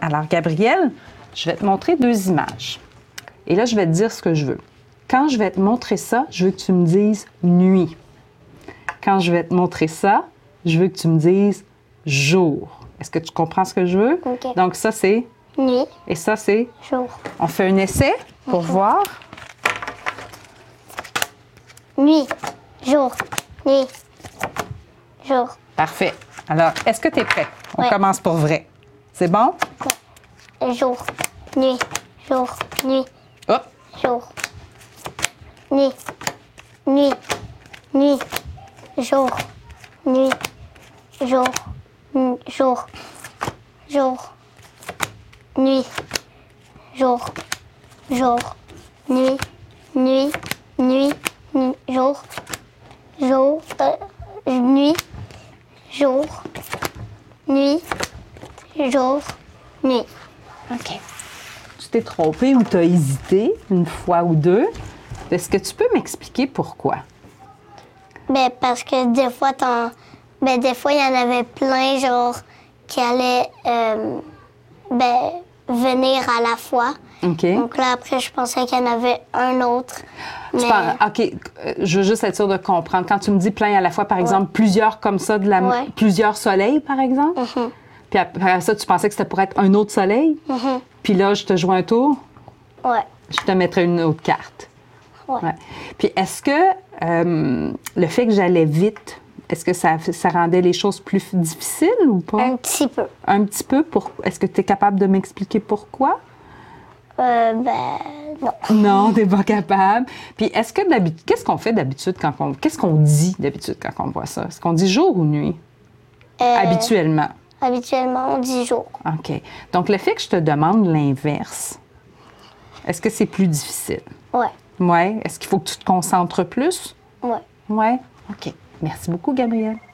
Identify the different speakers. Speaker 1: Alors, Gabriel, je vais te montrer deux images. Et là, je vais te dire ce que je veux. Quand je vais te montrer ça, je veux que tu me dises nuit. Quand je vais te montrer ça, je veux que tu me dises jour. Est-ce que tu comprends ce que je veux?
Speaker 2: OK.
Speaker 1: Donc, ça, c'est.
Speaker 2: Nuit,
Speaker 1: Et ça, c'est.
Speaker 2: jour.
Speaker 1: On fait un essai pour voir.
Speaker 2: Nuit, jour. Nuit, jour.
Speaker 1: Parfait. Alors, est-ce que tu es prêt? On
Speaker 2: Ouais.
Speaker 1: commence pour vrai. C'est bon?
Speaker 2: Jour, nuit, jour, nuit,
Speaker 1: Hop!
Speaker 2: jour. Nuit, nuit, nuit, jour, nuit, jour, nu- jour, jour, nuit, jour, jour, nuit, nuit, nuit, nu- jour, jour, euh, nuit, jour, nuit, jour, nuit.
Speaker 1: OK. Tu t'es trompé ou tu as hésité une fois ou deux. Est-ce que tu peux m'expliquer pourquoi?
Speaker 2: Ben, parce que des fois, t'en... Ben, des fois, il y en avait plein, genre, qui allaient euh, ben, venir à la fois.
Speaker 1: OK.
Speaker 2: Donc là, après, je pensais qu'il y en avait un autre.
Speaker 1: Tu
Speaker 2: Mais
Speaker 1: parles- OK, euh, je veux juste être sûre de comprendre. Quand tu me dis plein à la fois, par exemple, plusieurs comme ça, de la,
Speaker 2: Ouais.
Speaker 1: plusieurs soleils, par exemple,
Speaker 2: Mhm,
Speaker 1: puis après ça, tu pensais que c'était pour être un autre soleil, puis là, je te joue un tour,
Speaker 2: mhm, ouais,
Speaker 1: je te mettrai une autre carte.
Speaker 2: ouais.
Speaker 1: Ouais. Puis est-ce que euh, le fait que j'allais vite, est-ce que ça, ça rendait les choses plus f- difficiles ou pas?
Speaker 2: Un petit peu.
Speaker 1: Un petit peu. Pour... Est-ce que tu es capable de m'expliquer pourquoi?
Speaker 2: Euh, ben, non.
Speaker 1: Non, t'es pas capable. Puis est-ce que d'habitude, qu'est-ce qu'on fait d'habitude quand on, qu'est-ce qu'on dit d'habitude quand on voit ça Est-ce qu'on dit jour ou nuit
Speaker 2: Euh,
Speaker 1: habituellement
Speaker 2: Habituellement, on dit jour.
Speaker 1: Ok. Donc le fait que je te demande l'inverse, est-ce que c'est plus difficile
Speaker 2: Ouais,
Speaker 1: Ouais. Est-ce qu'il faut que tu te concentres plus
Speaker 2: ouais.
Speaker 1: Ouais. Ok. Merci beaucoup, Gabrielle.